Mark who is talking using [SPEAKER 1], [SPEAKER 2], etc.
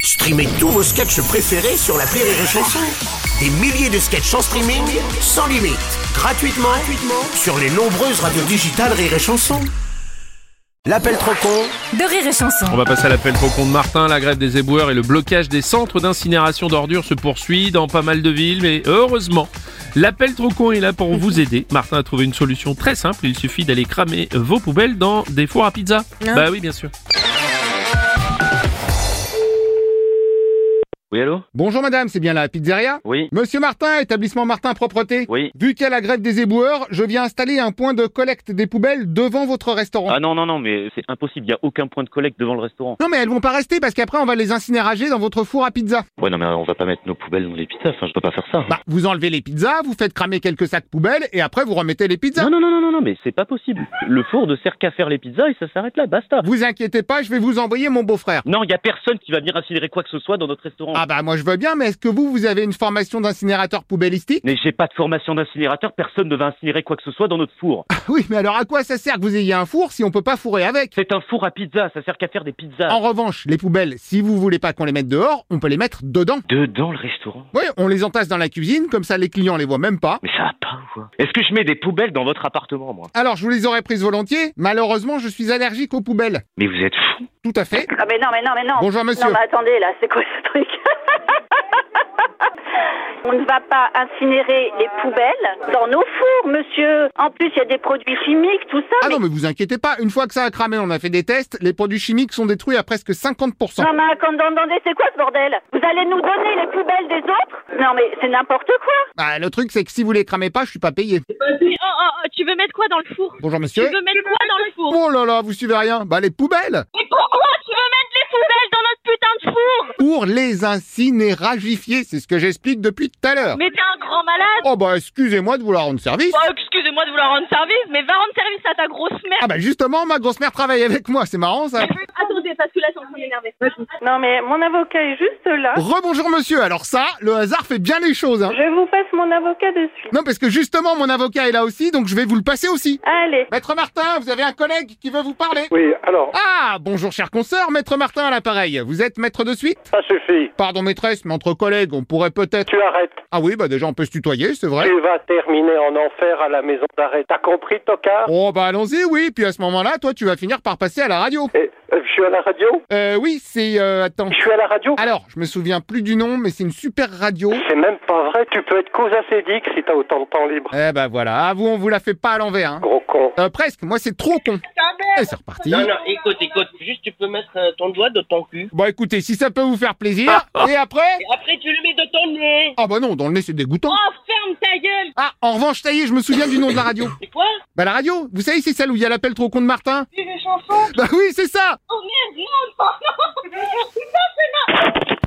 [SPEAKER 1] Streamez tous vos sketchs préférés sur la Rire et Chanson. Des milliers de sketchs en streaming, sans limite, gratuitement, gratuitement sur les nombreuses radios digitales Rire et Chanson. L'appel trop con
[SPEAKER 2] de rire et chanson.
[SPEAKER 3] On va passer à l'appel trop con de Martin, la grève des éboueurs et le blocage des centres d'incinération d'ordures se poursuit dans pas mal de villes, mais heureusement, l'appel trop con est là pour vous aider. Martin a trouvé une solution très simple, il suffit d'aller cramer vos poubelles dans des fours à pizza.
[SPEAKER 2] Hein
[SPEAKER 3] bah oui, bien sûr.
[SPEAKER 4] Oui, allô
[SPEAKER 5] Bonjour madame, c'est bien la pizzeria
[SPEAKER 4] Oui.
[SPEAKER 5] Monsieur Martin, établissement Martin Propreté
[SPEAKER 4] Oui.
[SPEAKER 5] Vu qu'il y a la grève des éboueurs, je viens installer un point de collecte des poubelles devant votre restaurant.
[SPEAKER 4] Ah non, non, non, mais c'est impossible, il n'y a aucun point de collecte devant le restaurant.
[SPEAKER 5] Non mais elles vont pas rester parce qu'après on va les incinérager dans votre four à pizza.
[SPEAKER 4] Ouais, non, mais on va pas mettre nos poubelles dans les pizzas, enfin, je peux pas faire ça.
[SPEAKER 5] Bah, vous enlevez les pizzas, vous faites cramer quelques sacs poubelles et après vous remettez les pizzas.
[SPEAKER 4] Non, non, non, non, non, non, mais c'est pas possible. Le four ne sert qu'à faire les pizzas et ça s'arrête là, basta.
[SPEAKER 5] Vous inquiétez pas, je vais vous envoyer mon beau-frère.
[SPEAKER 4] Non, il n'y a personne qui va venir incinérer quoi que ce soit dans notre restaurant.
[SPEAKER 5] Ah bah moi je veux bien, mais est-ce que vous, vous avez une formation d'incinérateur poubellistique
[SPEAKER 4] Mais j'ai pas de formation d'incinérateur, personne ne va incinérer quoi que ce soit dans notre four.
[SPEAKER 5] Oui, mais alors à quoi ça sert que vous ayez un four si on peut pas fourrer avec
[SPEAKER 4] C'est un four à pizza, ça sert qu'à faire des pizzas.
[SPEAKER 5] En revanche, les poubelles, si vous voulez pas qu'on les mette dehors, on peut les mettre dedans.
[SPEAKER 4] Dedans le restaurant
[SPEAKER 5] Oui, on les entasse dans la cuisine, comme ça les clients les voient même pas.
[SPEAKER 4] Mais ça va pas ou quoi Est-ce que je mets des poubelles dans votre appartement, moi
[SPEAKER 5] Alors je vous les aurais prises volontiers, malheureusement je suis allergique aux poubelles.
[SPEAKER 4] Mais vous êtes fou
[SPEAKER 5] Tout à fait.
[SPEAKER 6] Ah mais non, mais non, mais non.
[SPEAKER 5] Bonjour monsieur.
[SPEAKER 6] Non bah, mais attendez là, c'est quoi ce truc On ne va pas incinérer les poubelles dans nos fours, monsieur. En plus, il y a des produits chimiques, tout ça.
[SPEAKER 5] Ah
[SPEAKER 6] mais-
[SPEAKER 5] non mais vous inquiétez pas, une fois que ça a cramé, on a fait des tests, les produits chimiques sont détruits à presque 50%.
[SPEAKER 6] Non, mais attendez, attendez, c'est quoi ce bordel Vous allez nous donner les poubelles des autres Non mais c'est n'importe quoi.
[SPEAKER 5] Bah le truc c'est que si vous les cramez pas, je suis pas payé.
[SPEAKER 7] Oui, oh, oh, oh, tu veux mettre quoi dans le four
[SPEAKER 5] Bonjour
[SPEAKER 7] Tu
[SPEAKER 5] monsieur.
[SPEAKER 7] veux mettre quoi dans le four
[SPEAKER 5] Oh là là, vous suivez rien. Bah les poubelles
[SPEAKER 7] Mais pourquoi tu veux mettre les poubelles dans notre putain de four
[SPEAKER 5] Pour les incinéragifier, c'est ce que j'explique depuis tout à l'heure.
[SPEAKER 7] Mais t'es un grand malade
[SPEAKER 5] Oh bah excusez-moi de vous la rendre service.
[SPEAKER 7] Bon, excusez-moi de vouloir rendre service, mais va rendre service à ta grosse mère
[SPEAKER 5] Ah bah justement, ma grosse mère travaille avec moi, c'est marrant ça.
[SPEAKER 7] Attendez, parce que là, je suis en train d'énerver.
[SPEAKER 6] Non mais mon avocat est juste là.
[SPEAKER 5] Rebonjour monsieur, alors ça, le hasard fait bien les choses. Hein.
[SPEAKER 6] Je vous passe mon avocat de suite.
[SPEAKER 5] Non parce que justement mon avocat est là aussi, donc je vais vous le passer aussi.
[SPEAKER 6] Allez.
[SPEAKER 5] Maître Martin, vous avez un collègue qui veut vous parler.
[SPEAKER 8] Oui, alors,
[SPEAKER 5] Ah, bonjour cher consoeur, Maître Martin à l'appareil. Vous êtes maître de suite
[SPEAKER 8] ça suffit.
[SPEAKER 5] Pardon maîtresse, mais entre collègues, on pourrait peut-être...
[SPEAKER 8] Tu arrêtes.
[SPEAKER 5] Ah oui, bah déjà on peut se tutoyer, c'est vrai.
[SPEAKER 8] Tu vas terminer en enfer à la maison d'arrêt. T'as compris, tocard
[SPEAKER 5] Oh bah allons-y, oui, puis à ce moment-là, toi tu vas finir par passer à la radio.
[SPEAKER 8] Eh, euh, Je suis à la radio
[SPEAKER 5] Euh oui, c'est... Euh, attends.
[SPEAKER 8] Je suis à la radio
[SPEAKER 5] Alors, je me souviens plus du nom, mais c'est une super radio.
[SPEAKER 8] C'est même pas vrai. Tu peux être cause acédique si t'as autant de temps libre.
[SPEAKER 5] Eh bah voilà, à vous on vous la fait pas à l'envers. Hein.
[SPEAKER 8] Gros con.
[SPEAKER 5] Euh, presque, moi c'est trop con. Et c'est reparti.
[SPEAKER 9] Non, non, écoute, écoute. Juste, tu peux mettre euh, ton doigt dans ton cul.
[SPEAKER 5] Bon Bah écoutez, si ça peut vous faire plaisir, et après...
[SPEAKER 9] Et après, tu le mets dans ton nez.
[SPEAKER 5] Ah bah non, dans le nez c'est dégoûtant.
[SPEAKER 7] Oh, ferme ta gueule
[SPEAKER 5] Ah, en revanche, ça y est, je me souviens du nom de la radio.
[SPEAKER 9] C'est quoi
[SPEAKER 5] Bah la radio, vous savez, c'est celle où il y a l'appel trop con de Martin
[SPEAKER 7] C'est des chansons
[SPEAKER 5] Bah oui, c'est ça
[SPEAKER 7] Oh merde, non, non, non Putain, c'est marrant